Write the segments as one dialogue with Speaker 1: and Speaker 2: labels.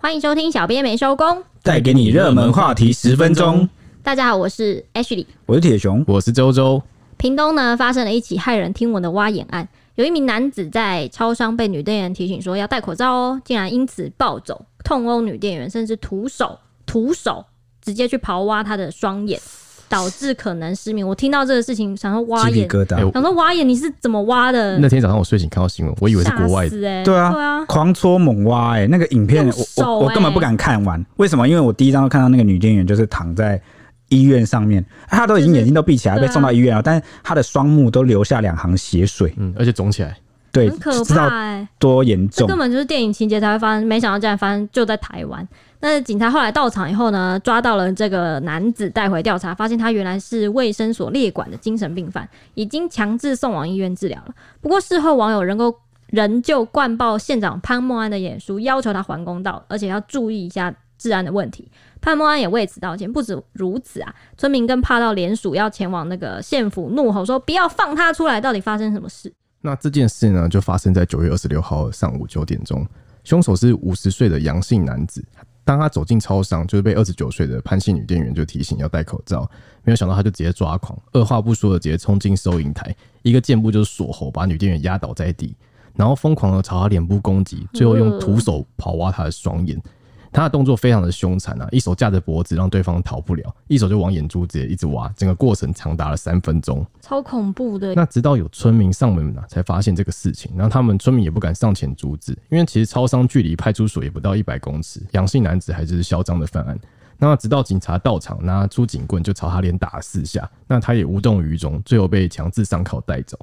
Speaker 1: 欢迎收听《小编没收工》，
Speaker 2: 带给你热门话题十分钟。
Speaker 1: 大家好，我是 Ashley。
Speaker 2: 我是铁熊，
Speaker 3: 我是周周，
Speaker 1: 屏东呢发生了一起骇人听闻的挖眼案，有一名男子在超商被女店员提醒说要戴口罩哦，竟然因此暴走，痛殴女店员，甚至徒手徒手直接去刨挖她的双眼，导致可能失明。我听到这个事情，想说挖
Speaker 2: 鸡皮
Speaker 1: 眼，
Speaker 2: 疙瘩
Speaker 3: 哎。我
Speaker 1: 想说挖眼你是怎么挖的？
Speaker 3: 那天早上我睡醒看到新闻，我以为是国
Speaker 1: 嗯吓
Speaker 3: 外的，
Speaker 1: 死欸
Speaker 2: 对啊
Speaker 1: 对啊，
Speaker 2: 狂搓猛挖，哎，那个影片
Speaker 1: 用
Speaker 2: 我
Speaker 1: 手
Speaker 2: 我我根本
Speaker 1: 欸
Speaker 2: 不敢看完，为什么？因为我第一张看到那个女店员就是躺在医院上面，啊她都已经眼睛都闭起来，
Speaker 1: 就是啊
Speaker 2: 被送到医院了，但是她的双目都流下两行血水，
Speaker 3: 嗯，而且肿起来，
Speaker 2: 对，
Speaker 1: 很可
Speaker 2: 知
Speaker 1: 怕
Speaker 2: 道
Speaker 1: 哎、
Speaker 2: 多严
Speaker 1: 这
Speaker 2: 重
Speaker 1: 根。本就是电影情节才会发生，没想到竟然发生就在台湾。那警察后来到场以后呢，抓到了这个男子，带回调查，发现他原来是卫生所列管的精神病犯，已经强制送往医院治疗了。不过事后网友能够仍旧灌爆县长潘默安的演说，要求他还公道，而且要注意一下治安的问题。潘默安也为此道歉。不止如此啊，村民更怕到联署要前往那个县府怒吼说：“不要放他出来！”到底发生什么事？
Speaker 3: 那这件事呢，就发生在九月二十六号上午九点钟，凶手是五十岁的阳性男子。当他走进超商，就是被二十九岁的潘姓女店员就提醒要戴口罩，没有想到他就直接抓狂，二话不说的直接冲进收银台，一个箭步就是锁喉，把女店员压倒在地，然后疯狂的朝她脸部攻击，最后用徒手刨挖她的双眼。他的动作非常的凶残啊，一手架着脖子让对方逃不了，一手就往眼珠直接一直挖，整个过程长达了三分钟。
Speaker 1: 超恐怖的！
Speaker 3: 那直到有村民上门啊，才发现这个事情，然后他们村民也不敢上前阻止，因为其实超商距离派出所也不到一百公尺，阳性男子还是嚣张的犯案。那直到警察到场，拿出警棍就朝他脸打了四下，那他也无动于衷，最后被强制上铐带走。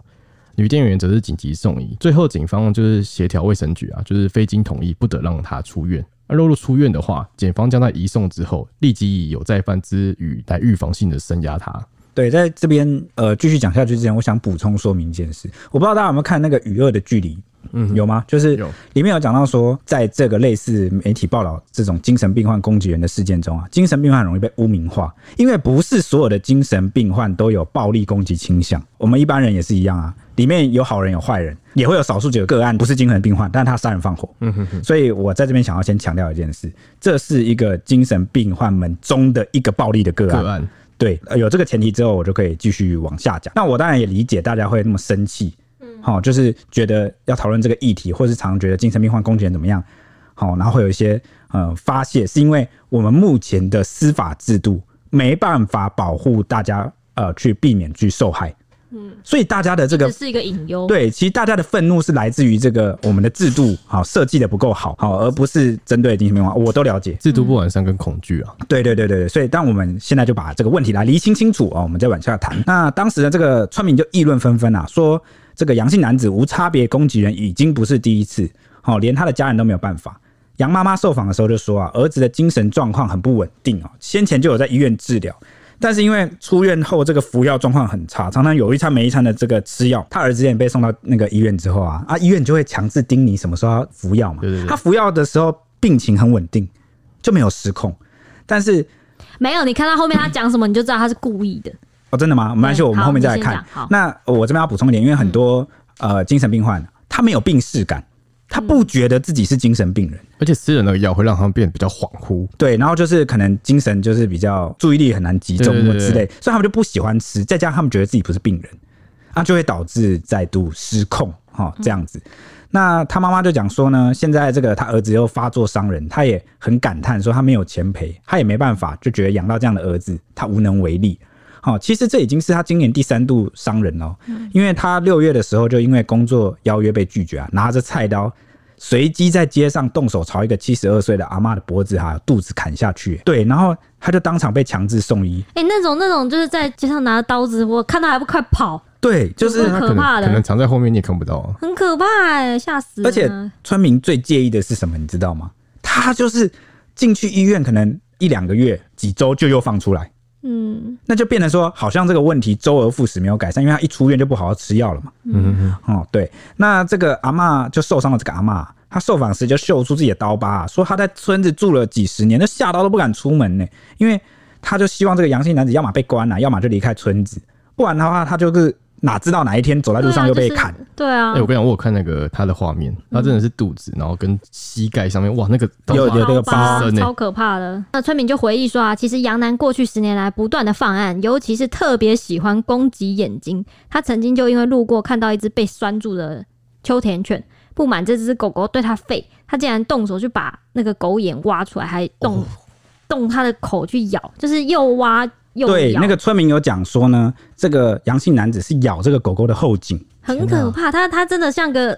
Speaker 3: 女店员则是紧急送医，最后警方就是协调卫生局啊，就是非经同意不得让他出院。而若若出院的话，检方将他移送之后，立即以有再犯之余来预防性的声压他。
Speaker 2: 对，在这边呃继续讲下去之前，我想补充说明一件事，我不知道大家有没有看那个《与恶的距离》。嗯，有吗？就是
Speaker 3: 有
Speaker 2: 里面有讲到说，在这个类似媒体报道这种精神病患攻击人的事件中啊，精神病患很容易被污名化，因为不是所有的精神病患都有暴力攻击倾向。我们一般人也是一样啊，里面有好人有坏人，也会有少数几个个案不是精神病患，但他杀人放火。嗯哼哼。所以我在这边想要先强调一件事，这是一个精神病患们中的一个暴力的个案。
Speaker 3: 个案
Speaker 2: 对，呃有这个前提之后，我就可以继续往下讲。那我当然也理解大家会那么生气，嗯，好，就是觉得要讨论这个议题，或是常觉得精神病患攻击人怎么样，好，然后会有一些呃发泄，是因为我们目前的司法制度没办法保护大家呃去避免去受害，嗯，所以大家的这个
Speaker 1: 这是一个隐忧。
Speaker 2: 对，其实大家的愤怒是来自于这个我们的制度好设计的不够好，好，而不是针对精神病患，我都了解。
Speaker 3: 制度不完善跟恐惧啊，
Speaker 2: 对对对对对，所以当我们现在就把这个问题来厘清清楚啊、我们再往下谈。那当时的这个村民就议论纷纷啊，说这个阳性男子无差别攻击人已经不是第一次，哦，连他的家人都没有办法。杨妈妈受访的时候就说啊，儿子的精神状况很不稳定哦，先前就有在医院治疗，但是因为出院后这个服药状况很差，常常有一餐没一餐的这个吃药。他儿子也被送到那个医院之后啊，啊医院就会强制叮咛什么时候要服药嘛。
Speaker 3: 对对对
Speaker 2: 他服药的时候病情很稳定，就没有失控。但是
Speaker 1: 没有，你看到后面他讲什么，你就知道他是故意的。
Speaker 2: 哦，真的吗？没关系，
Speaker 1: 对
Speaker 2: 我们后面再来
Speaker 1: 好
Speaker 2: 看
Speaker 1: 你先讲好。
Speaker 2: 那我这边要补充一点，因为很多、呃精神病患他没有病逝感，他
Speaker 1: 嗯
Speaker 2: 不觉得自己是精神病人。
Speaker 3: 而且吃了那个药会让他们变得比较恍惚，
Speaker 2: 对，然后就是可能精神就是比较注意力很难集中
Speaker 3: 对对对
Speaker 2: 之类，所以他们就不喜欢吃，再加上他们觉得自己不是病人，啊，就会导致再度失控哈、这样子。那他妈妈就讲说呢，现在这个他儿子又发作伤人，他也很感叹说他没有钱赔，他也没办法，就觉得养到这样的儿子他无能为力。好、其实这已经是他今年第三度伤人了哦，因为他六月的时候就因为工作邀约被拒绝啊，拿着菜刀随机在街上动手朝一个七十二岁的阿嬷的脖子还有肚子砍下去，对，然后他就当场被强制送医，
Speaker 1: 哎、那种那种就是在街上拿着刀子，我看到还不快跑，
Speaker 2: 对，就是
Speaker 1: 很
Speaker 3: 他
Speaker 1: 可
Speaker 3: 可能
Speaker 1: 怕的
Speaker 3: 可能藏在后面你也看不到啊。
Speaker 1: 很可怕哎、吓死人
Speaker 2: 而且
Speaker 1: 了
Speaker 2: 村民最介意的是什么，你知道吗？他就是进去医院可能一两个月、几周就又放出来，
Speaker 1: 嗯，
Speaker 2: 那就变成说好像这个问题周而复始没有改善，因为他一出院就不好好吃药了嘛。
Speaker 3: 嗯嗯
Speaker 2: 哦，对，那这个阿嬷就受伤了。这个阿嬷，她受访时就秀出自己的刀疤、啊说她在村子住了几十年，就吓到都不敢出门呢、因为她就希望这个阳性男子要么被关了、要么就离开村子，不然的话，她就是哪知道哪一天走在路上又被砍，
Speaker 1: 对啊，
Speaker 3: 哎、我跟你讲，我有看那个他的画面，他真的是肚子，然后跟膝盖上面，哇，那个刀
Speaker 2: 有
Speaker 3: 疤
Speaker 2: 有这个
Speaker 1: 好吧
Speaker 3: 疤
Speaker 1: 超可怕的。那村民就回忆说啊，其实杨楠过去十年来不断的犯案，尤其是特别喜欢攻击眼睛。他曾经就因为路过看到一只被拴住的秋田犬，不满这只狗狗对他吠，他竟然动手去把那个狗眼挖出来，还动、
Speaker 2: 哦
Speaker 1: 动它的口去咬，就是又挖又
Speaker 2: 对，
Speaker 1: 咬，
Speaker 2: 那个村民有讲说呢，这个阳性男子是咬这个狗狗的后颈，
Speaker 1: 很可怕。他他真的像个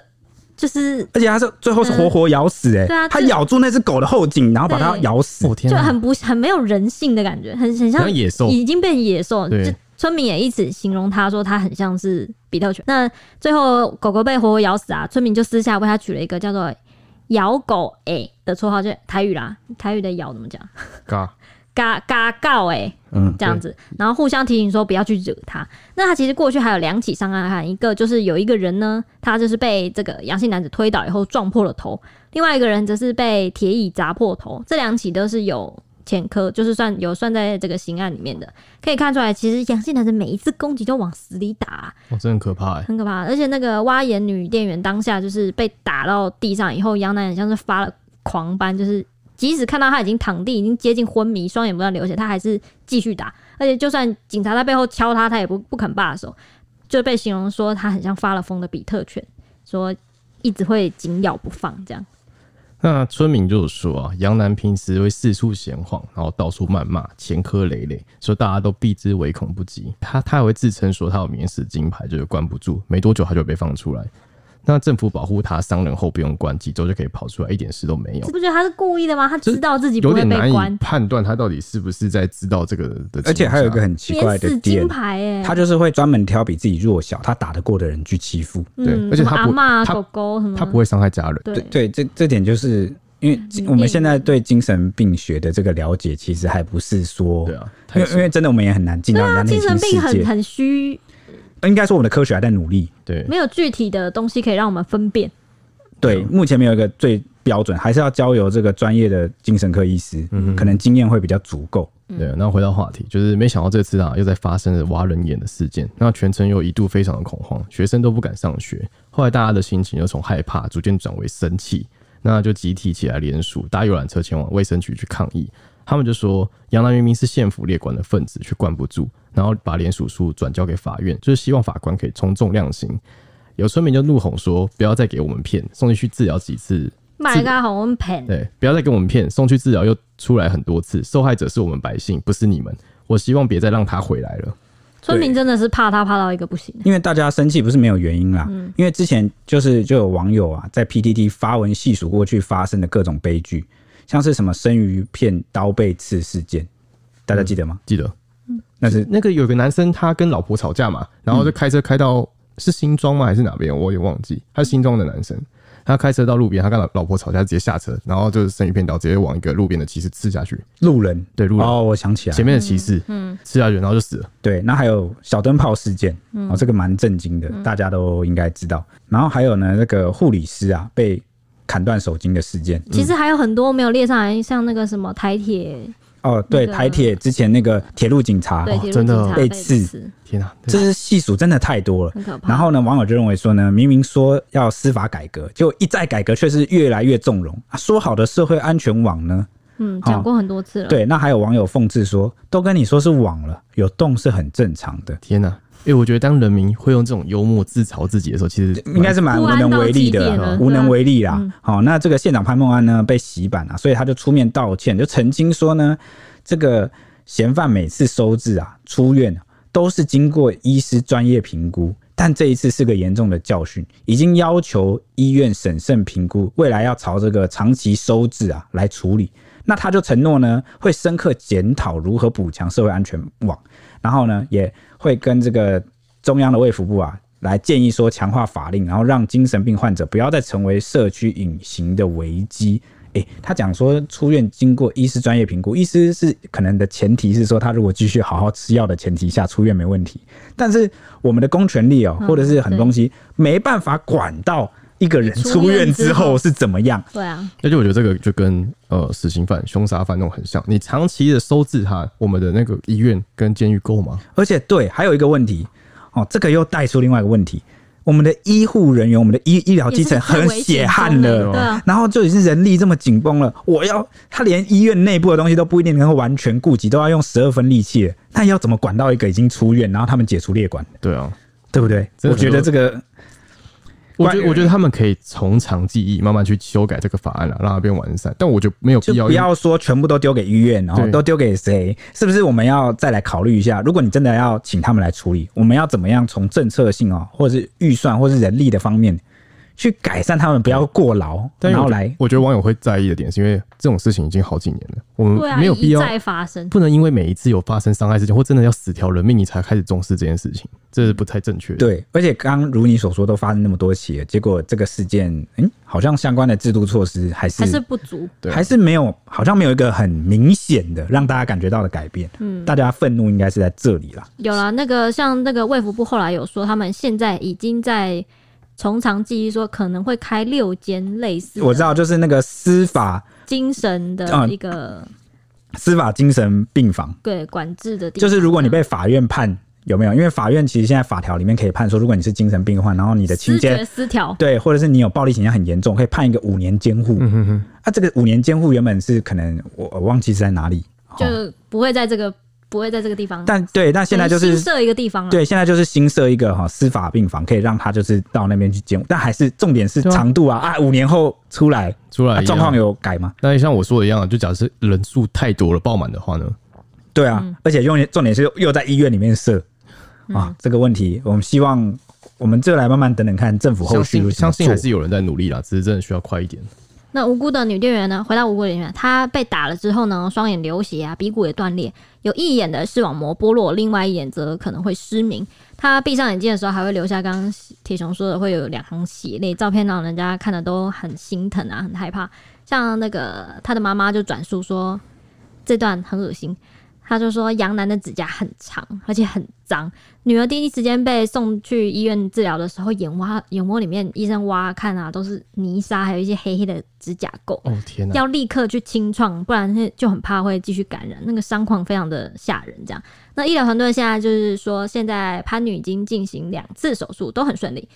Speaker 1: 就是
Speaker 2: 而且他是最后是活活咬死、哎、
Speaker 1: 嗯对啊
Speaker 2: 他
Speaker 1: 这
Speaker 2: 咬住那只狗的后颈，然后把它
Speaker 1: 对
Speaker 2: 咬死
Speaker 3: 我、。天
Speaker 1: 就
Speaker 3: 啊，
Speaker 1: 很不很没有人性的感觉，很很像
Speaker 3: 像野兽
Speaker 1: 已经变野兽。
Speaker 3: 对
Speaker 1: 就村民也一直形容他说他很像是比特犬。那最后狗狗被活活咬死啊，村民就私下为他取了一个叫做“咬狗诶”的绰号，就台语啦，台语的“咬”怎么讲？
Speaker 3: 嘎，
Speaker 1: 嘎嘎告哎、欸，
Speaker 2: 嗯
Speaker 1: 这样子，然后互相提醒说不要去惹他。那他其实过去还有两起伤害案，一个就是有一个人呢，他就是被这个阳性男子推倒以后撞破了头，另外一个人则是被铁椅砸破头。这两起都是有前科，就是算有算在这个刑案里面的。可以看出来，其实阳性男子每一次攻击都往死里打、
Speaker 3: 哇，真的很可怕哎、
Speaker 1: 很可怕。而且那个挖眼女店员当下就是被打到地上以后，杨楠也像是发了狂般，就是即使看到他已经躺地，已经接近昏迷，双眼不断流血，他还是继续打。而且就算警察在背后敲他，他也不不肯罢手，就被形容说他很像发了疯的比特犬，说一直会紧咬不放这样。
Speaker 3: 那村民就有说啊，杨楠平时会四处闲晃，然后到处谩骂，前科累累，所以大家都避之唯恐不及。他他还会自称说他有免死金牌，就是关不住，没多久他就被放出来。那政府保护他，伤人后不用关，几周就可以跑出来，一点事都没有
Speaker 1: 你。不觉得他是故意的吗？他知道自己不
Speaker 3: 有
Speaker 1: 会
Speaker 3: 点难
Speaker 1: 被
Speaker 3: 以
Speaker 1: 关，
Speaker 3: 判断他到底是不是在知道这个的情况下，
Speaker 2: 而且还有一个很奇怪
Speaker 1: 免
Speaker 2: 的
Speaker 1: 死
Speaker 2: 点
Speaker 1: 金，牌哎、
Speaker 2: 他就是会专门挑比自己弱小、他打得过的人去欺负。
Speaker 3: 对
Speaker 1: 嗯，
Speaker 3: 而且
Speaker 1: 什么
Speaker 3: 他
Speaker 1: 阿
Speaker 3: 不
Speaker 1: 嬷
Speaker 3: 他
Speaker 1: 狗狗什么，
Speaker 3: 他不会伤害家人。
Speaker 1: 对嗯
Speaker 2: 对对，这这点就是因为精我们现在对精神病学的这个了解，其实还不是说，
Speaker 3: 对啊，
Speaker 2: 因
Speaker 3: 太
Speaker 2: 为因为真的我们也很难进
Speaker 1: 对
Speaker 2: 到人家
Speaker 1: 啊，
Speaker 2: 内
Speaker 1: 精神
Speaker 2: 心
Speaker 1: 病
Speaker 2: 世
Speaker 1: 很
Speaker 2: 界。
Speaker 1: 很虚
Speaker 2: 应该说我们的科学还在努力，
Speaker 3: 对
Speaker 1: 没有具体的东西可以让我们分辨。
Speaker 2: 对，
Speaker 3: 啊
Speaker 2: 目前没有一个最标准，还是要交由这个专业的精神科医师，
Speaker 3: 嗯
Speaker 2: 可能经验会比较足够。
Speaker 3: 对。那回到话题，就是没想到这次啊，又在发生了挖人眼的事件，那全城又一度非常的恐慌，学生都不敢上学。后来大家的心情又从害怕逐渐转为生气，那就集体起来联署，搭游览车前往卫生局去抗议。他们就说，杨澜明明是县府列管的分子，却关不住，然后把联署书转交给法院，就是希望法官可以从重量刑。有村民就怒吼说：“不要再给我们骗，送进去治疗几次
Speaker 1: 买个红盆，
Speaker 3: 对，不要再给我们骗，送去治疗又出来很多次，受害者是我们百姓，不是你们。我希望别再让他回来了。
Speaker 1: 村民真的是怕他怕到一个不行。
Speaker 2: 因为大家生气不是没有原因啦，
Speaker 1: 嗯
Speaker 2: 因为之前就是就有网友啊在 PTT 发文细数过去发生的各种悲剧，像是什么生鱼片刀被刺事件，大家记得吗？
Speaker 1: 嗯
Speaker 3: 记得
Speaker 2: 那是
Speaker 3: 那个有个男生，他跟老婆吵架嘛，然后就开车开到、是新庄吗？还是哪边？我有点忘记。他是新庄的男生，他开车到路边，他跟老老婆吵架，直接下车，然后就是生鱼片刀直接往一个路边的骑士刺下去，
Speaker 2: 路人
Speaker 3: 对路人、
Speaker 2: 哦，我想起来了，
Speaker 3: 前面的骑士，嗯，刺下去，然后就死了。
Speaker 2: 对，那还有小灯泡事件，
Speaker 1: 嗯
Speaker 2: 哦，这个蛮震惊的，大家都应该知道。然后还有呢，那个护理师啊被砍断手筋的事件，
Speaker 1: 其实还有很多没有列上来，像那个什么台铁，
Speaker 2: 哦，对，
Speaker 1: 那个
Speaker 2: 台铁之前那个铁路警察，
Speaker 1: 对，
Speaker 2: 哦
Speaker 1: 铁路
Speaker 3: 真的
Speaker 1: 警察
Speaker 2: 被刺
Speaker 1: 刺，
Speaker 3: 天啊，
Speaker 2: 这是细数真的太多了
Speaker 1: 很可。怕
Speaker 2: 然后呢，网友就认为说呢，明明说要司法改革，就一再改革却是越来越纵容、啊说好的社会安全网呢？
Speaker 1: 嗯，讲过很多次了。，
Speaker 2: 哦对，那还有网友讽刺说，都跟你说是网了，有洞是很正常的，
Speaker 3: 天啊！哎、我觉得当人民会用这种幽默自嘲自己的时候，其实
Speaker 2: 应该是蛮无能为力
Speaker 1: 不
Speaker 2: 的
Speaker 1: 安到极点
Speaker 2: 啦
Speaker 1: 了，啊嗯
Speaker 2: 无能为力啦。好、那这个县长潘孟安呢被洗版啊，所以他就出面道歉，就澄清说呢，这个嫌犯每次收治啊、出院啊都是经过医师专业评估，但这一次是个严重的教训，已经要求医院审慎评估，未来要朝这个长期收治啊来处理。那他就承诺呢，会深刻检讨如何补强社会安全网，然后呢，也会跟这个中央的卫福部啊，来建议说强化法令，然后让精神病患者不要再成为社区隐形的危机。诶、他讲说出院经过医师专业评估，医师是可能的前提是说他如果继续好好吃药的前提下出院没问题，但是我们的公权力哦、
Speaker 1: 嗯
Speaker 2: 或者是很多东西没办法管到一个人
Speaker 1: 你出
Speaker 2: 出
Speaker 1: 院
Speaker 2: 院
Speaker 1: 之
Speaker 2: 之后
Speaker 1: 后
Speaker 2: 是怎么样。
Speaker 1: 对啊，
Speaker 3: 而且我觉得这个就跟呃死刑犯、凶杀犯那种很像，你长期的收治他，我们的那个医院跟监狱够吗？
Speaker 2: 而且对，还有一个问题哦，这个又带出另外一个问题。我们的医护人员，我们的医医疗基层很血汗
Speaker 1: 也是太危险
Speaker 2: 了
Speaker 1: 了，对啊
Speaker 2: 然后就已经人力这么紧绷了，我要他连医院内部的东西都不一定能够完全顾及，都要用十二分力气了，那要怎么管到一个已经出院，然后他们解除列管，
Speaker 3: 对啊，
Speaker 2: 对不对？
Speaker 3: 真
Speaker 2: 我
Speaker 3: 的
Speaker 2: 觉得这个
Speaker 3: 我
Speaker 2: 关
Speaker 3: 觉得我觉得他们可以从长计议，慢慢去修改这个法案啊了，让它变完善。但我觉得没有
Speaker 2: 就
Speaker 3: 必要
Speaker 2: 不
Speaker 3: 用
Speaker 2: 要说全部都丢给医院，然后
Speaker 3: 对
Speaker 2: 都丢给谁？是不是我们要再来考虑一下？如果你真的要请他们来处理，我们要怎么样从政策性哦，或者是预算，或是人力的方面去改善他们，不要过劳，
Speaker 3: 但
Speaker 2: 然
Speaker 3: 是我
Speaker 2: 后
Speaker 3: 觉
Speaker 2: 来
Speaker 3: 我觉得网友会在意的点，是因为这种事情已经好几年了，我
Speaker 2: 嗯
Speaker 1: 对啊，
Speaker 3: 们没有必要
Speaker 1: 一，再发生。
Speaker 3: 不能因为每一次有发生伤害事件，或真的要死条人命，你才开始重视这件事情，这是不太正确的。，
Speaker 2: 对，而且刚刚如你所说，都发生那么多起了，结果这个事件，嗯，好像相关的制度措施还是
Speaker 1: 还是不足，
Speaker 3: 对
Speaker 2: 还是没有，好像没有一个很明显的让大家感觉到的改变。嗯，大家愤怒应该是在这里啦。
Speaker 1: 有啦，那个像那个卫福部后来有说，他们现在已经在从长计议，说可能会开六间类似
Speaker 2: 我知道，就是那个司法
Speaker 1: 精神的
Speaker 2: 嗯
Speaker 1: 一个
Speaker 2: 司法精神病房，
Speaker 1: 对管制的地
Speaker 2: 就
Speaker 1: 方，
Speaker 2: 是如果你被法院判有没有？因为法院其实现在法条里面可以判说，如果你是精神病患，然后你的哦
Speaker 1: 知
Speaker 2: 情节
Speaker 1: 觉失调，
Speaker 2: 对，或者是你有暴力倾向很严重，可以判一个五年监护。嗯
Speaker 3: 哼哼
Speaker 2: 啊，这个五年监护原本是可能我我忘记是在哪里，哦
Speaker 1: 就不会在这个不会在这个地方，
Speaker 2: 但对，但现在就
Speaker 1: 可能
Speaker 2: 是
Speaker 1: 新设一个地方了，
Speaker 2: 对，现在就是新设一个哈、司法病房，可以让他就是到那边去监护，但还是重点是
Speaker 3: 对啊
Speaker 2: 长度啊啊五年后出来，
Speaker 3: 出来
Speaker 2: 啊
Speaker 3: 一样
Speaker 2: 状况、。有改吗？
Speaker 3: 那像我说的一样，就假设人数太多了爆满的话呢，
Speaker 2: 对啊，而且用重点是又在医院里面设啊、这个问题，我们希望我们就来慢慢等等看政府后
Speaker 3: 相
Speaker 2: 续
Speaker 3: 信
Speaker 2: 如
Speaker 3: 相信还
Speaker 2: 何
Speaker 3: 是
Speaker 2: 做。
Speaker 3: 有人在努力啦，只是真的需要快一点。
Speaker 1: 那无辜的女店员呢？回到无辜的店员，她被打了之后呢，双眼流血啊，鼻骨也断裂，有一眼的视网膜剥落，另外一眼则可能会失明。她闭上眼睛的时候，还会留下刚刚铁熊说的会有两行血泪，照片让人家看的都很心疼啊，很害怕。像那个她的妈妈就转述说，这段很恶心。她就说，杨楠的指甲很长，而且很脏。女儿第一时间被送去医院治疗的时候，眼挖眼窝里面医生挖看啊，都是泥沙，还有一些黑黑的指甲垢，
Speaker 3: 哦天哪、
Speaker 1: 要立刻去清创，不然是就很怕会继续感染。那个伤况非常的吓人，这样。那医疗团队现在就是说，现在潘女已经进行两次手术，都很顺利，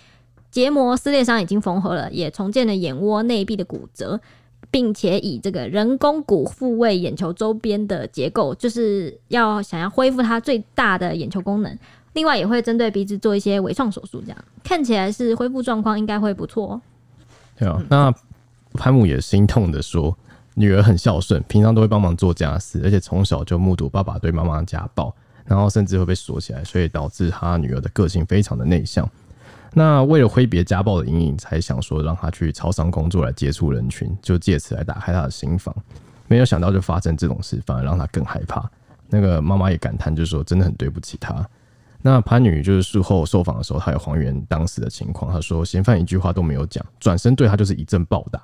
Speaker 1: 结膜撕裂伤已经缝合了，也重建了眼窝内壁的骨折。并且以这个人工骨复位眼球周边的结构，就是要想要恢复它最大的眼球功能。另外也会针对鼻子做一些微创手术，这样看起来是恢复状况应该会不错、哦。
Speaker 3: 对啊，那潘姆也心痛的说，女儿很孝顺，平常都会帮忙做家事，而且从小就目睹爸爸对妈妈的家暴，然后甚至会被锁起来，所以导致他女儿的个性非常的内向。那为了挥别家暴的阴影，才想说让她去超商工作来接触人群，就借此来打开她的心房。没有想到就发生这种事，反而让她更害怕。那个妈妈也感叹，就说真的很对不起她。那潘女就是术后受访的时候，她有还原当时的情况。她说，嫌犯一句话都没有讲，转身对她就是一阵暴打。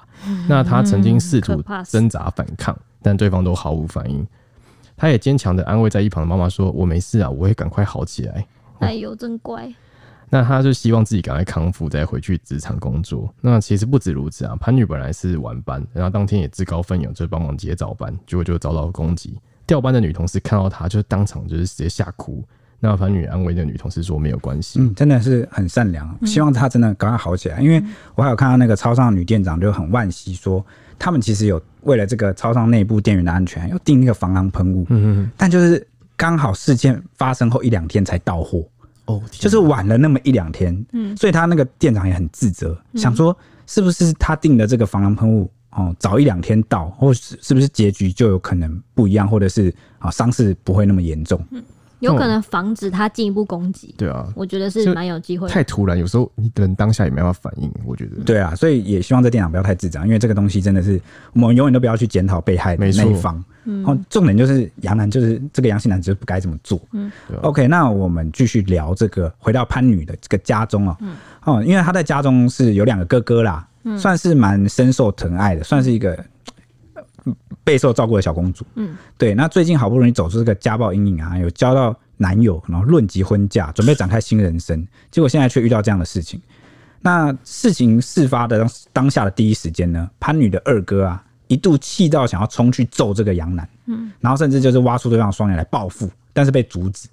Speaker 3: 那她曾经试
Speaker 1: 嗯可
Speaker 3: 图
Speaker 1: 怕死
Speaker 3: 挣扎反抗，但对方都毫无反应。她也坚强的安慰在一旁的妈妈说：“我没事啊，我会赶快好起来。”
Speaker 1: 哎呦，真乖！
Speaker 3: 那他就希望自己赶快康复，再回去职场工作。那其实不止如此啊，潘女本来是晚班，然后当天也自告奋勇，就是帮忙接早班，结果就遭到攻击。调班的女同事看到他，就是当场就是直接吓哭。那潘女安慰那个女同事说没有关系，
Speaker 2: 嗯，真的是很善良，希望他真的赶快好起来。因为我还有看到那个超商的女店长就很惋惜说，他们其实有为了这个超商内部店员的安全，要订那个防狼喷雾，
Speaker 3: 嗯
Speaker 2: 但就是刚好事件发生后一两天才到货，
Speaker 3: 哦，
Speaker 2: 就是晚了那么一两天，嗯，所以他那个店长也很自责，想说是不是他订的这个防狼喷雾哦，早一两天到，或是是不是结局就有可能不一样，或者是啊伤势不会那么严重，
Speaker 1: 有可能防止他进一步攻击，
Speaker 3: 对啊，
Speaker 1: 我觉得是
Speaker 3: 就
Speaker 1: 蛮有机会的。
Speaker 3: 太突然，有时候你人当下也没办法反应，我觉得。
Speaker 2: 对啊，所以也希望这店长不要太智障，因为这个东西真的是我们永远都不要去检讨被害的
Speaker 3: 没
Speaker 2: 那
Speaker 3: 错嗯
Speaker 2: 一方。哦，重点就是杨楠，就是这个杨姓男子就不该这么做。嗯
Speaker 3: 对啊
Speaker 2: ，OK，那我们继续聊这个，回到潘女的这个家中哦，
Speaker 3: 嗯
Speaker 2: 哦，因为她在家中是有两个哥哥啦，算是蛮深受疼爱的，算是一个呃备受照顾的小公主。
Speaker 1: 嗯，
Speaker 2: 对。那最近好不容易走出这个家暴阴影啊，有交到男友，然后论及婚嫁，准备展开新人生，结果现在却遇到这样的事情。那事情事发的当当下的第一时间呢，潘女的二哥啊，一度气到想要冲去揍这个杨楠，嗯，然后甚至就是挖出对方的双眼来报复，但是被阻止。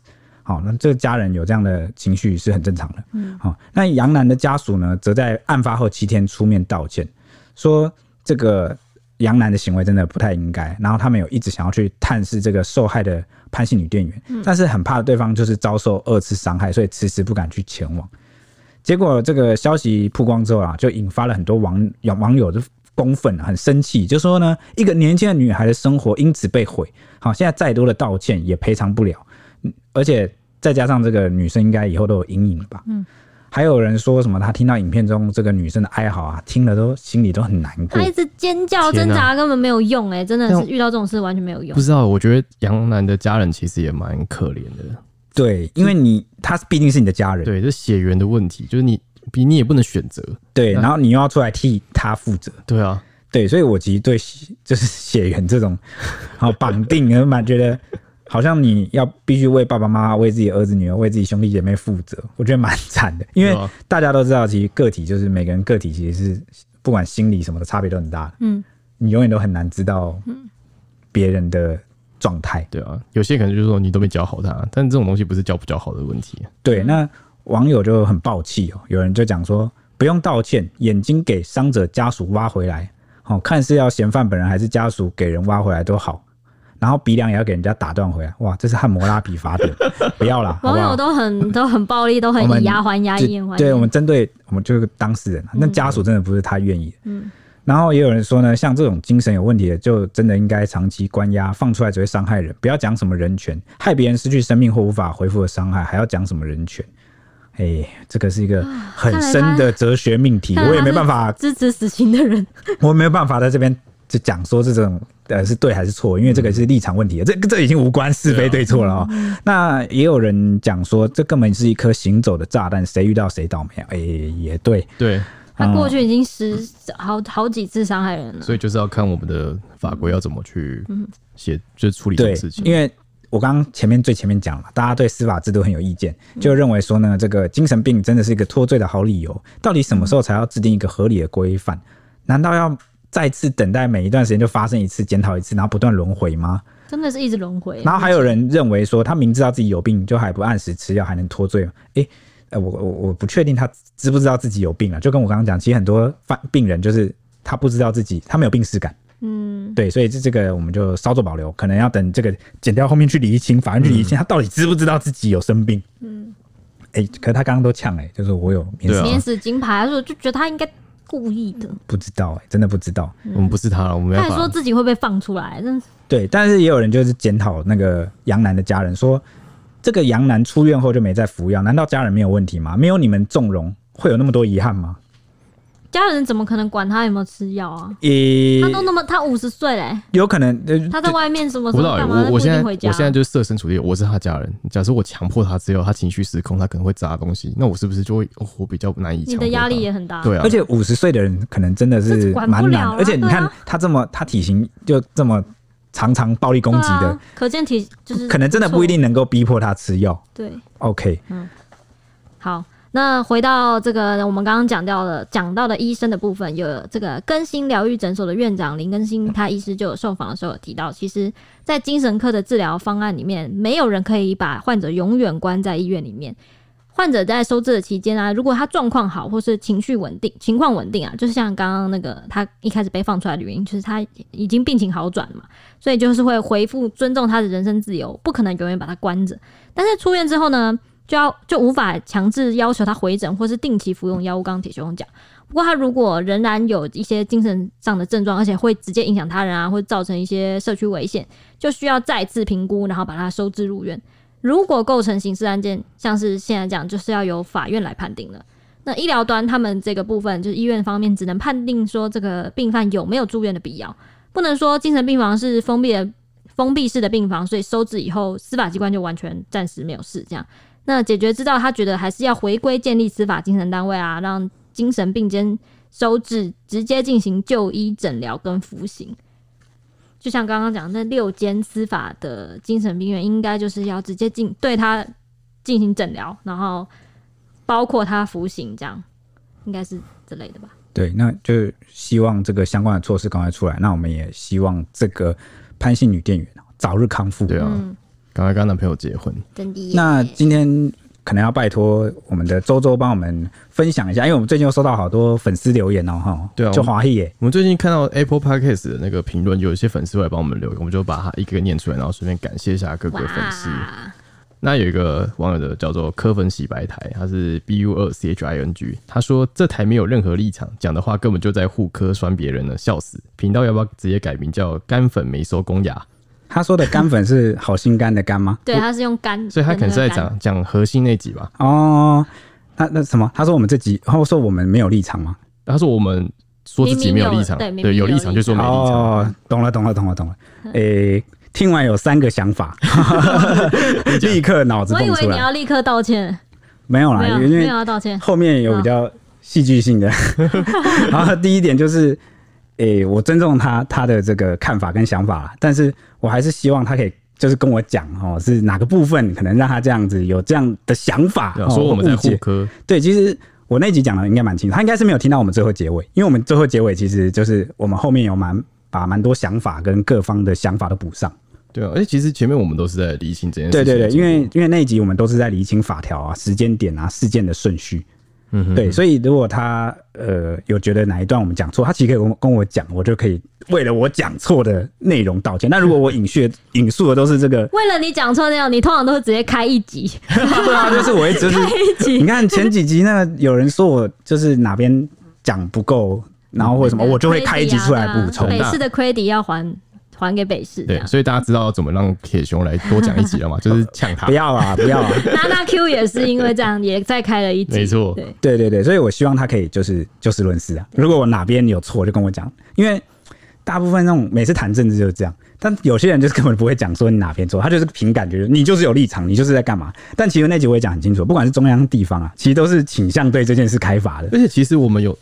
Speaker 2: 好、那这个家人有这样的情绪是很正常的。好、那杨楠的家属呢，则在案发后七天出面道歉，说这个杨楠的行为真的不太应该。然后他们有一直想要去探视这个受害的潘姓女店员，但是很怕对方就是遭受二次伤害，所以迟迟不敢去前往。结果这个消息曝光之后啊，就引发了很多网有网友的公愤、啊，很生气，就说呢，一个年轻的女孩的生活因此被毁，好，现在再多的道歉也赔偿不了，嗯而且再加上这个女生应该以后都有阴影了吧，嗯。还有人说什么？他听到影片中这个女生的哀嚎啊，听了都心里都很难过
Speaker 1: 他。一直尖叫
Speaker 3: 天
Speaker 1: 挣
Speaker 3: 啊
Speaker 1: 扎，根本没有用哎、真的
Speaker 3: 但
Speaker 1: 是遇到这种事完全没有用
Speaker 3: 不。知道，我觉得杨楠的家人其实也蛮可怜的。
Speaker 2: 对，因为你他毕竟是你的家人，
Speaker 3: 对，这血缘的问题，就是你比你也不能选择。
Speaker 2: 对，
Speaker 1: 嗯
Speaker 3: 那
Speaker 2: 然后你又要出来替他负责，
Speaker 3: 对啊，
Speaker 2: 对，所以我其实对血就是血缘这种好绑定，然后蛮觉得好像你要必须为爸爸妈妈、为自己儿子女儿、为自己兄弟姐妹负责，我觉得蛮惨的。因为
Speaker 3: 对啊
Speaker 2: 大家都知道，其实个体就是每个人个体，其实是不管心理什么的差别都很大。
Speaker 1: 嗯，
Speaker 2: 你永远都很难知道别人的状态。
Speaker 3: 对啊，有些可能就是说你都没教好他，但这种东西不是教不教好的问题。
Speaker 1: 嗯
Speaker 2: 对，那网友就很暴气哦，有人就讲说不用道歉，眼睛给伤者家属挖回来，哦，看是要嫌犯本人还是家属给人挖回来都好，然后鼻梁也要给人家打断回来，哇，这是汉摩拉比法典，不要啦，好
Speaker 1: 网
Speaker 2: 不
Speaker 1: 友
Speaker 2: 好？
Speaker 1: 都很 都很暴力，都
Speaker 2: 我
Speaker 1: 很
Speaker 2: 们
Speaker 1: 以牙还牙，以眼还
Speaker 2: 对，我
Speaker 1: 眼。
Speaker 2: 们针对我们就是当事人啊，那家属真的不是他愿意的。
Speaker 1: 嗯
Speaker 2: 然后也有人说呢，像这种精神有问题的，就真的应该长期关押，放出来只会伤害人，不要讲什么人权，害别人失去生命或无法恢复的伤害，还要讲什么人权？哎、这个是一个
Speaker 1: 啊
Speaker 2: 很深的哲学命题，
Speaker 1: 看来他
Speaker 2: 我也没办法，
Speaker 1: 支持死刑的 人，
Speaker 2: 我没有办法在这边就讲说这种呃是对还是错，因为这个是立场问题，啊这这已经无关是非对错了哦。那也有人讲说，这根本是一颗行走的炸弹，谁遇到谁倒霉。哎、也对，
Speaker 3: 对，
Speaker 1: 他
Speaker 3: 嗯
Speaker 1: 过去已经十好好几次伤害人了。
Speaker 3: 所以就是要看我们的法规要怎么去
Speaker 1: 嗯
Speaker 3: 写，就是处理这
Speaker 2: 对
Speaker 3: 种事，情。
Speaker 2: 因为我刚刚前面最前面讲了，大家对司法制度很有意见，就认为说呢，这个精神病真的是一个脱罪的好理由。到底什么时候才要制定一个合理的规范？难道要再次等待每一段时间就发生一次检讨一次，然后不断轮回吗？
Speaker 1: 真的是一直轮回。
Speaker 2: 然后还有人认为说，他明知道自己有病，就还不按时吃药，还能脱罪吗？诶、呃，我我我不确定他知不知道自己有病啊。就跟我刚刚讲，其实很多犯病人就是他不知道自己他没有病耻感，
Speaker 1: 嗯，
Speaker 2: 对，所以这这个我们就稍作保留，可能要等这个减掉后面去厘清，法院去厘清他到底知不知道自己有生病。嗯，哎、可是他刚刚都呛哎、就是我有免
Speaker 3: 对
Speaker 2: 死，
Speaker 3: 啊
Speaker 1: 免死金牌，所以我就觉得他应该故意的。
Speaker 2: 不知道哎、真的不知道。
Speaker 3: 我们不是他了，我们
Speaker 1: 嗯他
Speaker 3: 要
Speaker 1: 还说
Speaker 3: 法。
Speaker 1: 自己会被放出来，真是
Speaker 2: 对，但是也有人就是检讨那个杨楠的家人说，这个杨楠出院后就没再服药，难道家人没有问题吗？没有你们纵容，会有那么多遗憾吗？
Speaker 1: 家人怎么可能管他有没有吃药啊？
Speaker 2: 也、
Speaker 1: 他都那么他五十岁嘞，
Speaker 2: 有可能，呃
Speaker 1: 他在外面什么
Speaker 3: 我
Speaker 1: 时
Speaker 3: 不知
Speaker 1: 候
Speaker 3: 道欸，
Speaker 1: 干嘛？他
Speaker 3: 我
Speaker 1: 不
Speaker 3: 我
Speaker 1: 一
Speaker 3: 现在
Speaker 1: 定
Speaker 3: 我
Speaker 1: 回家。
Speaker 3: 现在就设身处地，我是他家人。假设我强迫他之后，他情绪失控，他可能会砸东西，那我是不是就会哦我比较难以？
Speaker 1: 你的压力也。很大。
Speaker 3: 对啊，
Speaker 2: 而且五十岁的人可能真的
Speaker 1: 这
Speaker 2: 是
Speaker 1: 管不
Speaker 2: 蛮难
Speaker 1: 了啊
Speaker 2: 的，而且你
Speaker 1: 对
Speaker 2: 看
Speaker 1: 啊
Speaker 2: 他这么，他体型就这么常常暴力攻击
Speaker 1: 对
Speaker 2: 的
Speaker 1: 啊，，可见体就是
Speaker 2: 可能真的不一定能够逼迫他吃药。
Speaker 1: 错对。
Speaker 2: OK，
Speaker 1: 好，那回到这个我们刚刚讲到的讲到的医生的部分，有这个更新疗愈诊所的院长林更新，他医师就有受访的时候有提到，其实，在精神科的治疗方案里面，没有人可以把患者永远关在医院里面。患者在收治的期间啊，如果他状况好或是情绪稳定，情况稳定啊，就是像刚刚那个他一开始被放出来的原因，就是他已经病情好转了嘛，所以就是会回复尊重他的人身自由，不可能永远把他关着。但是出院之后呢，就要就无法强制要求他回诊或是定期服用药物。刚刚铁雄讲，不过他如果仍然有一些精神上的症状，而且会直接影响他人啊，或造成一些社区危险，就需要再次评估，然后把他收治入院。如果构成刑事案件，像是现在讲，就是要由法院来判定了。那医疗端他们这个部分，就是医院方面只能判定说这个病犯有没有住院的必要，不能说精神病房是封闭的封闭式的病房，所以收治以后司法机关就完全暂时没有事这样。那解决之道，他觉得还是要回归建立司法精神单位啊，让精神病间收治，直接进行就医诊疗跟服刑。就像刚刚讲，那六间司法的精神病院应该就是要直接进对他进行诊疗，然后包括他服刑，这样应该是之类的吧？
Speaker 2: 对，那就希望这个相关的措施赶快出来。那我们也希望这个潘姓女店员早日康复。
Speaker 3: 对啊，
Speaker 1: 嗯，
Speaker 3: 赶快跟她男朋友结婚。
Speaker 1: 真的耶。
Speaker 2: 那今天可能要拜托我们的周周帮我们分享一下，因为我们最近又收到好多粉丝留言哦，哈，
Speaker 3: 对啊
Speaker 2: 就
Speaker 3: 我们
Speaker 2: 华裔耶，
Speaker 3: 我们最近看到 Apple Podcast 的那个评论，有一些粉丝会来帮我们留言，我们就把它一个个念出来，然后顺便感谢一下各个
Speaker 1: 哇，
Speaker 3: 粉丝。那有一个网友的叫做科粉洗白台，他是 B U 二 C H I N G，他说这台没有任何立场，讲的话根本就在互科酸别人呢，笑死！频道要不要直接改名叫干粉没收公牙？
Speaker 2: 他说的干粉是好心肝的肝吗？
Speaker 1: 对，啊他是用干，
Speaker 3: 所以他可能是在
Speaker 1: 真的干
Speaker 3: 讲讲核心那集吧。
Speaker 2: 哦，那那什么？他说我们这集，然后说我们没有立场吗？
Speaker 3: 他说我们说自己没有立场，
Speaker 1: 明明有对
Speaker 3: 对，
Speaker 1: 明明有
Speaker 3: 有立场就说没立场。
Speaker 2: 哦，懂了，懂了，懂了，懂了。诶、听完有三个想 法， 立刻脑子
Speaker 1: 我以
Speaker 2: 蹦
Speaker 1: 为
Speaker 2: 出
Speaker 1: 你
Speaker 2: 来。
Speaker 1: 要立刻道 歉，
Speaker 2: 没有啦，
Speaker 1: 没有
Speaker 2: 因
Speaker 1: 没
Speaker 2: 为
Speaker 1: 有要道歉，
Speaker 2: 后面有比较戏剧性的。 然后第一点就是，诶、我尊重他他的这个看法跟想法啦，但是我还是希望他可以。就是跟我讲哦，是哪个部分可能让他这样子有这样的想法，
Speaker 3: 对啊
Speaker 2: 哦
Speaker 3: 说我们在
Speaker 2: 误解
Speaker 3: 互科，
Speaker 2: 对，其实我那集讲的应该蛮清楚，他应该是没有听到我们最后结尾，因为我们最后结尾其实就是我们后面有蛮把蛮多想法跟各方的想法都补上。
Speaker 3: 对啊，而且其实前面我们都是在嗯理清这件事
Speaker 2: 对
Speaker 3: 情。
Speaker 2: 对对，因为因为那一集我们都是在厘清法条啊、时间点啊、事件的顺序。
Speaker 3: 嗯哼
Speaker 2: 对，所以如果他呃有觉得哪一段我们讲错，他其实可以跟我跟我讲，我就可以为了我讲错的内容道歉。那如果我引述引述的都是这 个，
Speaker 1: 为了你讲错那样，你通常都会直接开一集，
Speaker 2: 对啊，就是我一直是
Speaker 1: 开一
Speaker 2: 你
Speaker 1: 集，
Speaker 2: 看前几集那个有人说我就是哪边讲不够，然后或者
Speaker 3: 嗯
Speaker 2: 什么，我就会开一
Speaker 1: 啊
Speaker 3: 啊
Speaker 2: 集出来补充。
Speaker 1: 北
Speaker 3: 那
Speaker 1: 市的 credit 要还还给北市，这
Speaker 3: 对，
Speaker 1: 样
Speaker 3: 所以大家知道怎么让铁熊来多讲一集了嘛？就是呛他
Speaker 2: 不。要啊，不要啊！
Speaker 1: 娜娜 Q 也是因为这样，也再开了一集，
Speaker 3: 没错
Speaker 1: 对，
Speaker 2: 对对对，所以我希望他可以就是就事论事啊。如果我哪边有错，就跟我讲，因为大部分那种每次谈政治就是这样，但有些人就是根本不会讲说你哪边错，他就是凭感觉，就是你就是有立场，你就是在干嘛。但其实那集我也讲很清楚，不管是中央地方啊，其实都是倾向对这件事开罚的。
Speaker 3: 而且其实我们有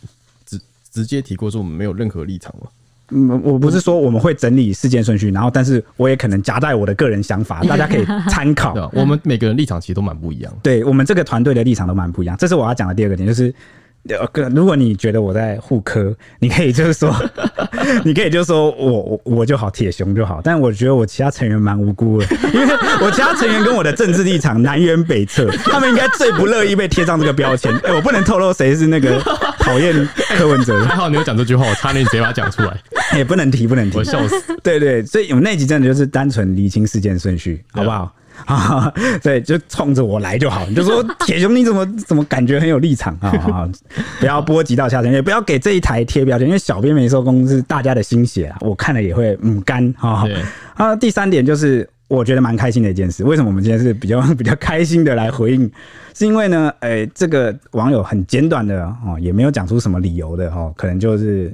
Speaker 3: 直直接提过说我们没有任何立场嘛，
Speaker 2: 嗯，我不是说我们会整理事件顺序，然后但是我也可能夹带我的个人想法，大家可以参考
Speaker 3: 对。吧、我们每个人立场其实都蛮不 一样。
Speaker 2: 对我们这个团队的立场都蛮不一样。这是我要讲的第二个点，就是。呃，个如果你觉得我在互磕，你可以就是说， 你可以就是说我我我就好，铁熊就好。但我觉得我其他成员蛮无辜的，因为我其他成员跟我的政治立场南辕北辙，他们应该最不乐意被贴上这个标签。哎、我不能透露谁是那个讨厌柯文哲，
Speaker 3: 还好你有讲这句话，我差点直接把它讲出来，
Speaker 2: 也、不能提，不能提
Speaker 3: 我。笑死。
Speaker 2: 对对，所以我们那集真的就是单纯厘清事件顺序，好不好？ 啊，对，就冲着我来就好。你就说 铁熊，你怎么怎么感觉很有立场啊？好好不要波及到下层，也不要给这一台贴标签，因为小编没收工是大家的心血啊，我看了也会嗯干啊
Speaker 3: 对。
Speaker 2: 啊，第三点就是我觉得蛮开心的一件事，为什么我们今天是比较 比较开心的来回应？是因为呢，哎、这个网友很简短的哦，也没有讲出什么理由的哦，可能就是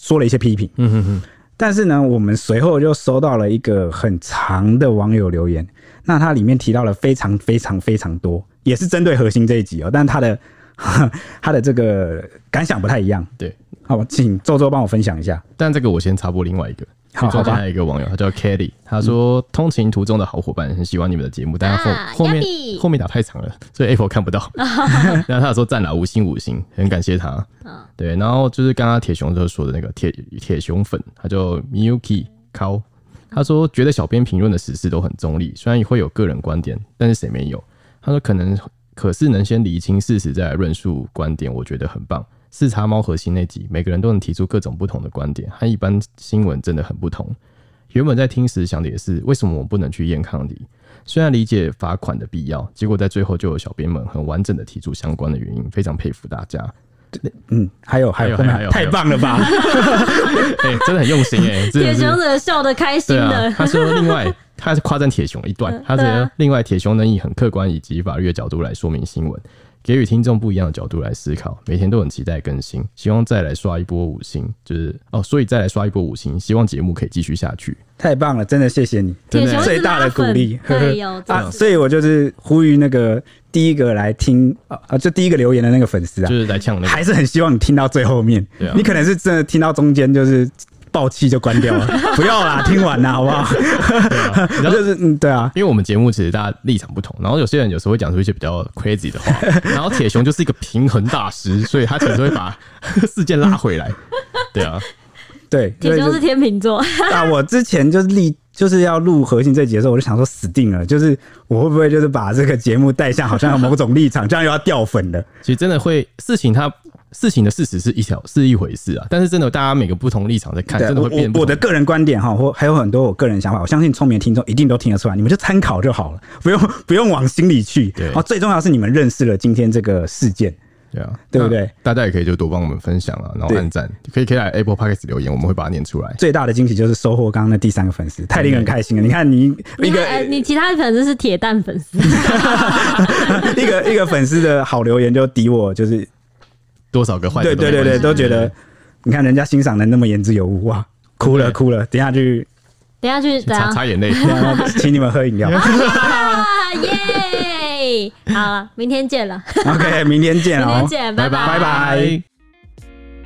Speaker 2: 说了一些批评，
Speaker 3: 嗯哼哼，
Speaker 2: 但是呢，我们随后就收到了一个很长的网友留言，那它里面提到了非常非常非常多，也是针对核心这一集哦，但它的 它的这个感想不太一样。
Speaker 3: 对。
Speaker 2: 好，请周周帮我分享一下。
Speaker 3: 但这个我先插播另外一个，
Speaker 2: 好
Speaker 3: 中间
Speaker 2: 好吧
Speaker 3: 还有一个网友，他叫 Kelly，他说通勤途中的好伙伴很喜欢你们的节目，但他后、
Speaker 1: 啊
Speaker 3: 后面
Speaker 1: Yappy
Speaker 3: 后面打太长了，所以 Apple 看不到。然后他有说赞了五星五星，很感谢他。对，然后就是刚刚铁熊就说的那个铁铁熊粉，他叫 Miyuki Kao，他说觉得小编评论的时事都很中立，虽然会有个人观点，但是谁没有？他说可能可是能先理清事实再来论述观点，我觉得很棒。四叉猫核心那集，每个人都能提出各种不同的观点，和一般新闻真的很不同。原本在听时想的也是，为什么我们不能去验抗体？虽然理解罚款的必要，结果在最后就有小编们很完整的提出相关的原因，非常佩服大 家。
Speaker 2: 嗯，还有还有，
Speaker 3: 还有
Speaker 2: 后面
Speaker 3: 还
Speaker 2: 太
Speaker 3: 有
Speaker 2: 棒了吧！
Speaker 3: 哎、真的很用心哎、真
Speaker 1: 铁
Speaker 3: 的是
Speaker 1: 熊者笑得开心
Speaker 3: 对
Speaker 1: 的
Speaker 3: 啊，，他说另外，他是夸赞铁熊一段，他觉
Speaker 1: 对
Speaker 3: 得
Speaker 1: 啊
Speaker 3: 另外铁熊能以很客观以及法律的角度来说明新闻，给予听众不一样的角度来思考，每天都很期待更新，希望再来刷一波五星，就是哦，所以再来刷一波五星，希望节目可以继续下去。
Speaker 2: 太棒了，啊真的谢谢你，
Speaker 1: 铁熊
Speaker 3: 真的
Speaker 1: 是
Speaker 2: 最大的
Speaker 1: 拉
Speaker 2: 鼓
Speaker 1: 粉
Speaker 2: 励。呵
Speaker 1: 哎
Speaker 2: 呵
Speaker 1: 呦，真
Speaker 2: 啊，
Speaker 1: 的
Speaker 2: 所以我就是呼吁那个第一个来听啊啊，就第一个留言的那个粉丝啊
Speaker 3: 就，是来呛那个，
Speaker 2: 还是很希望你听到最后面
Speaker 3: 对啊。
Speaker 2: 你可能是真的听到中间就是爆气就关掉 了，不要啦，听完啦，好不好？
Speaker 3: 然后
Speaker 2: 就是嗯，对啊，
Speaker 3: 因为我们节目其实大家立场不同，然后有些人有时候会讲出一些比较 crazy 的 话，然后铁熊就是一个平衡大师，所以他其实 会把事件拉回来。对啊，
Speaker 2: 对，
Speaker 1: 铁
Speaker 2: 所
Speaker 1: 熊
Speaker 2: 以
Speaker 1: 是
Speaker 2: 就
Speaker 1: 天秤座，
Speaker 2: 啊，我之前就是历就是要录核心这集的时候，我就想说死定了，就是我会不会就是把这个节目带向好像有某种立场，这样又要掉粉了？
Speaker 3: 其实真的会事情它，事情的事实是一条是一回事啊，但是真的大家每个不同立场在看，
Speaker 2: 对
Speaker 3: 真的
Speaker 2: 我
Speaker 3: 会变
Speaker 2: 我
Speaker 3: 不
Speaker 2: 我的
Speaker 3: 同。
Speaker 2: 个人观点哈，或还有很多我个人想法，我相信聪明的听众一定都听得出来，你们就参考就好了，不用不用往心里去。
Speaker 3: 对
Speaker 2: 哦，最重要的是你们认识了今天这个事件，
Speaker 3: 对啊，
Speaker 2: 对不对？
Speaker 3: 大家也可以就多帮我们分享啊，然后
Speaker 2: 对
Speaker 3: 按赞，可以可以来 Apple Podcast 留言，我们会把它念出来。
Speaker 2: 最大的惊喜就是收获刚刚那第三个粉丝，太令人开
Speaker 3: 嗯
Speaker 2: 心了。你看你
Speaker 1: 你
Speaker 2: 一
Speaker 1: 看
Speaker 2: 个
Speaker 1: 呃你其他的粉丝是铁蛋粉丝，
Speaker 2: 一个一个粉丝的好留言就抵我，就是
Speaker 3: 多少个坏的
Speaker 2: 对
Speaker 3: 都
Speaker 2: 对
Speaker 3: 没
Speaker 2: 对
Speaker 3: 关
Speaker 2: 对，
Speaker 3: 系
Speaker 2: 都觉得你看人家欣赏的那么言之有物哇，哭了
Speaker 3: 对
Speaker 2: 哭了，等一下去，
Speaker 1: 等一下去怎
Speaker 3: 擦
Speaker 1: 样？
Speaker 3: 擦 眼泪。
Speaker 2: 等一下请你们 喝饮料。
Speaker 1: 啊 耶！好了，明天见了，
Speaker 2: OK，明天见
Speaker 1: 明
Speaker 2: 哦
Speaker 1: 天，见，拜
Speaker 2: 拜拜。